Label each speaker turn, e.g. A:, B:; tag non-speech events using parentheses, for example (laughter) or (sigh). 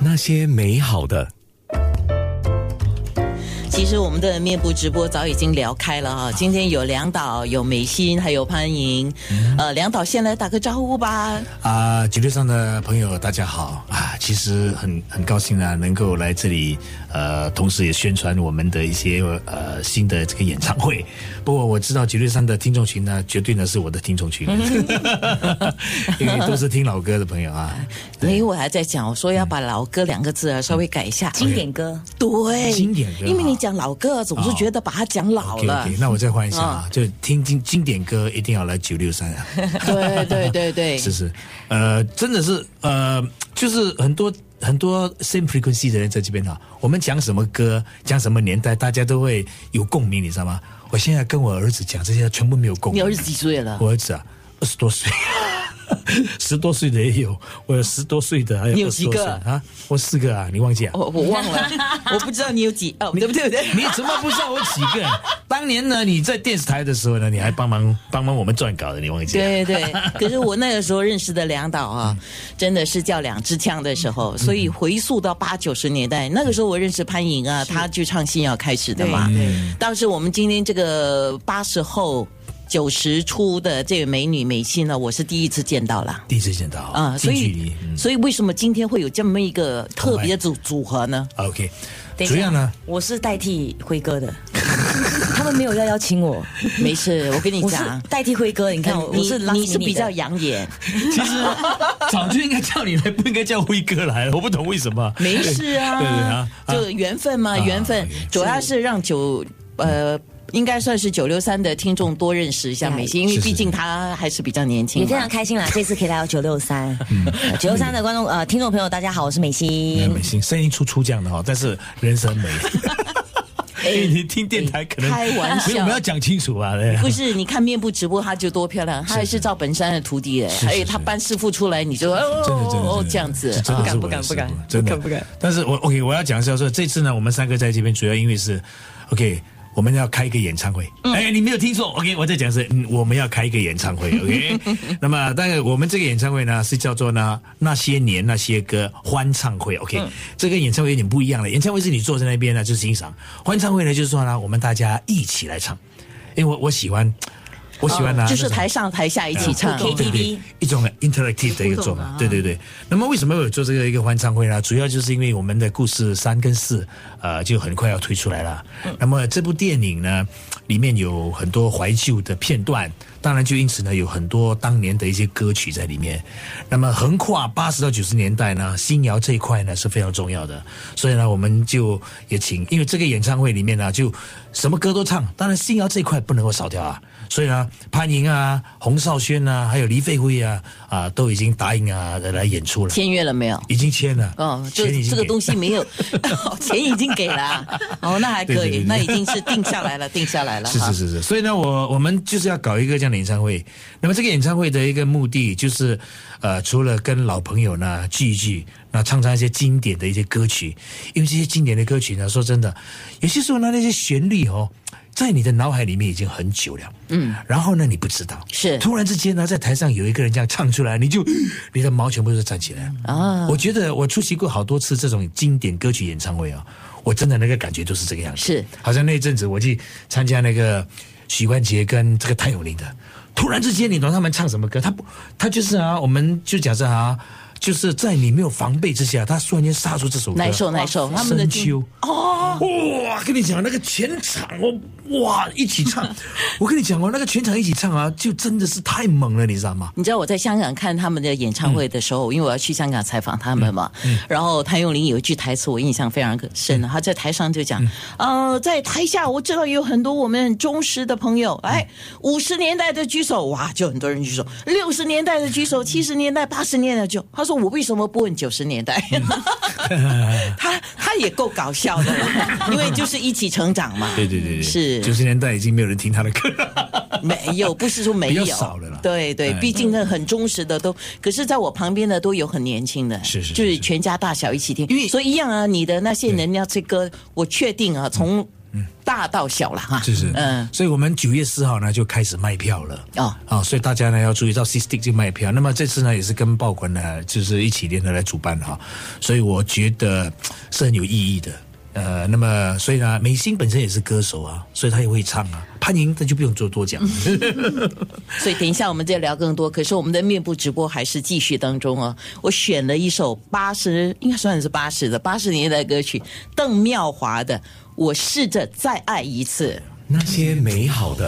A: 那些美好的。
B: 其实我们的面部直播早已经聊开了哈，今天有梁导、有美心，还有潘莹。
C: 嗯
B: 呃，梁导先来打个招呼吧。
C: 啊，酒桌上的朋友，大家好啊！其实很很高兴啊，能够来这里，呃，同时也宣传我们的一些呃新的这个演唱会。不过我知道酒桌上的听众群呢，绝对呢是我的听众
A: (laughs)
C: 群，因为都是听老歌的朋友啊。
B: 因哎为我还在讲，我说要把“老歌”两个字啊稍微改一下。
D: 经典歌，
B: 对，
C: 经典歌啊
B: 因为你讲老歌，总是觉得把它讲老
C: OK
B: 了
C: OK，。那我再换一下
A: 嗯
C: 啊，就听经经典歌一定要来九六三啊。
B: 对对对
C: (laughs)
B: 对，
C: 是是，呃，真的是呃，就是很多很多 same frequency 的人在这边啊，我们讲什么歌，讲什么年代，大家都会有共鸣，你知道吗？我现在跟我儿子讲这些，全部没有共
B: 你
C: 鸣。
B: 二十几岁了，
C: 我儿子啊，二十多岁。 (laughs) 十多岁的也有，我有十多岁的，还有
B: 你有
C: 20
B: 几
C: 多
B: 个哦
C: 岁啊？我四个啊，你忘记啊？
B: 我我忘了，我不知道你有几哦，对不对？对
C: (laughs)
B: 不对
C: 你怎么不知道我几个？当年呢，你在电视台的时候呢，你还帮忙帮忙我们撰稿的，你忘记了？啊 (laughs)
B: 对对，可是我那个时候认识的梁导啊，
C: 嗯
B: 真的是叫两支枪的时候，所以回溯到八九十年代，那个时候我认识潘颖
C: 嗯
B: 啊，她就唱新谣开始的嘛
D: 对。
B: 当时我们今天这个八十后。九十出的这个美女美心呢，我是第一次见到了
C: 第一次见到
B: 啊，所
C: 近距
B: 以
C: 离。嗯
B: 所以为什么今天会有这么一个特别组组合呢？
C: OK，
D: 等一
C: 主
D: 下
C: 要呢，
D: 我是代替辉哥的， (laughs) 他们没有要邀请我，
B: 没事，我跟你
D: 我是
B: 讲，
D: 代替辉哥。你看，我
B: 你
D: 是
B: 你是
D: last minute
B: 比较
D: 的嗯
B: 养眼，
C: 其实早就应该叫你来，不应该叫辉哥来了。我不懂为什么。
B: 没事啊，
C: 对对对啊啊
B: 就缘分嘛，
C: 啊
B: 缘分
C: 啊，
B: 主要是让九呃。应该算是九六三的听众多认识一下美心，因为
C: 是是
B: 毕竟她还是比较年轻
D: 也
B: 嘛。
D: 非常开心啦！这次可以来到九六三，九六三的观众呃听众朋友，大家好，我是美
C: 没有
D: 心
C: 美。心声音粗粗这样的哈，但是人生
B: (laughs)
C: 美。哎， (laughs) 你听电台可能
B: 哎开玩笑
C: 所以我们要讲清楚啊。对
B: 不是，你看面部直播，她就多漂亮，她还是赵本山的徒弟哎，
C: 是
B: 还有
C: 是
B: 她搬师傅出来，你就哦
C: 真的
B: 哦
C: 真的
B: 哦
C: 真的
B: 这样子
C: 这，真的
B: 啊
C: 是我的师傅真的但是我 OK，我要讲一下说，这次呢，我们三个在这边主要因为是 OK。我们要开一个演唱会，
B: 嗯
C: 哎、你没有听错，OK？我在讲是，嗯，我们要开一个演唱会，OK？那
B: (laughs)
C: 么，但是我们这个演唱会呢，是叫做呢那些年那些歌欢唱会，OK？、这
B: 嗯
C: 个演唱会有点不一样了，演唱会是你坐在那边呢就欣赏，欢唱会呢就是说呢，我们大家一起来唱，因为我我喜欢，我喜欢呢、
B: 啊就是
C: 那种
B: 台上台下一起唱。
D: 对
C: 对对，一种很 interactive 的一
B: 啊
C: 个做法，对对对。那么为什么有做这个一个欢唱会呢？主要就是因为我们的故事三跟四，呃，就很快要推出来了。
B: 嗯
C: 那么这部电影呢，里面有很多怀旧的片段，当然就因此呢，有很多当年的一些歌曲在里面。那么横跨八十到九十年代呢，新谣这一块呢是非常重要的。所以呢，我们就也请，因为这个演唱会里面呢，就什么歌都唱，当然新谣这一块不能够少掉啊。所以呢，潘迎啊、洪少轩啊，还有黎飞辉啊，啊，都已经答应啊来演出了，
B: 签约了没有？
C: 已经签了，
B: 哦，就
C: 钱已经
B: 这个
C: 给
B: 东西没有，钱已经给了啊，哦，那还可
C: 对对
B: 以
C: 对，对
B: 那已经是定下来了，定下来了。
C: 是
B: 哈
C: 是是是，所以呢，我我们就是要搞一个这样的演唱会。那么这个演唱会的一个目的就是，呃，除了跟老朋友呢聚一聚，那唱唱一些经典的一些歌曲，因为这些经典的歌曲呢，说真的，有些时候呢，那些旋律哦。在你的脑海里面已经很久了，嗯，然后呢，你不知道，
B: 是
C: 突然之间呢，在台上有一个人这样唱出来，你就你的毛全部都站起来啊！我觉得我出席过好多次这种经典歌曲演唱会啊、我真的那个感觉就是这个样子，
B: 是
C: 好像那一阵子我去参加那个许冠杰跟这个谭咏麟的，突然之间你懂他们唱什么歌？他不，他就是啊，我们就假设啊，就是在你没有防备之下，他突然间杀出这首歌。
B: 哪一首哪一首？他们的
C: 深
B: 经
C: 秋哦，哇！跟你讲，那个全场哦，哇，一起
B: (laughs)
C: 唱。我跟你讲哦，那个全场一起唱啊，就真的是太猛了，你知道吗？
B: 你知道我在香港看他们的演唱会的
C: 嗯
B: 时候，因为我要去香港采访他们嘛，然后谭咏麟有一句台词我印象非常
C: 嗯
B: 深，他在台上就讲，呃，在台下我知道有很多我们很忠实的朋友，
C: 嗯
B: 哎，五十年代的举手，哇，就很多人举手；六十年代的举
C: 嗯
B: 手，七十年代、八十年代就，他说我为什么不问九十年代？
C: 嗯
B: (laughs) 他他也够搞笑的了，因为就是一起成长嘛，
C: 对对对对，
B: 是
C: 九十年代已经没有人听他的歌了。
B: 没有，不是说没有，
C: 比较少了啦
B: 对对，
C: 哎
B: 毕竟那很忠实的都，可是在我旁边的都有很年轻的，
C: 是是是
B: 就是全家大小一起听，
C: 因为
B: 所以一样啊，你的那些能量这歌，我确定啊，从大到小了哈，
C: 嗯是是，
B: 嗯
C: 嗯，，所以我们九月四号呢就开始卖票了。
B: 哦
C: 啊，所以大家呢要注意到 C Stick 就卖票。那么这次呢也是跟报馆呢就是一起联合来主办的哈，所以我觉得是很有意义的。呃，那么所以呢，美心本身也是歌手啊，所以她也会唱啊。潘宁那就不用多多讲了，
A: 嗯
B: 所以等一下我们再聊更多。可是我们的面部直播还是继续当中哦。我选了一首八十，应该算是八十的八十年代歌曲，邓妙华的《我试着再爱一次》。
A: 那些美好的。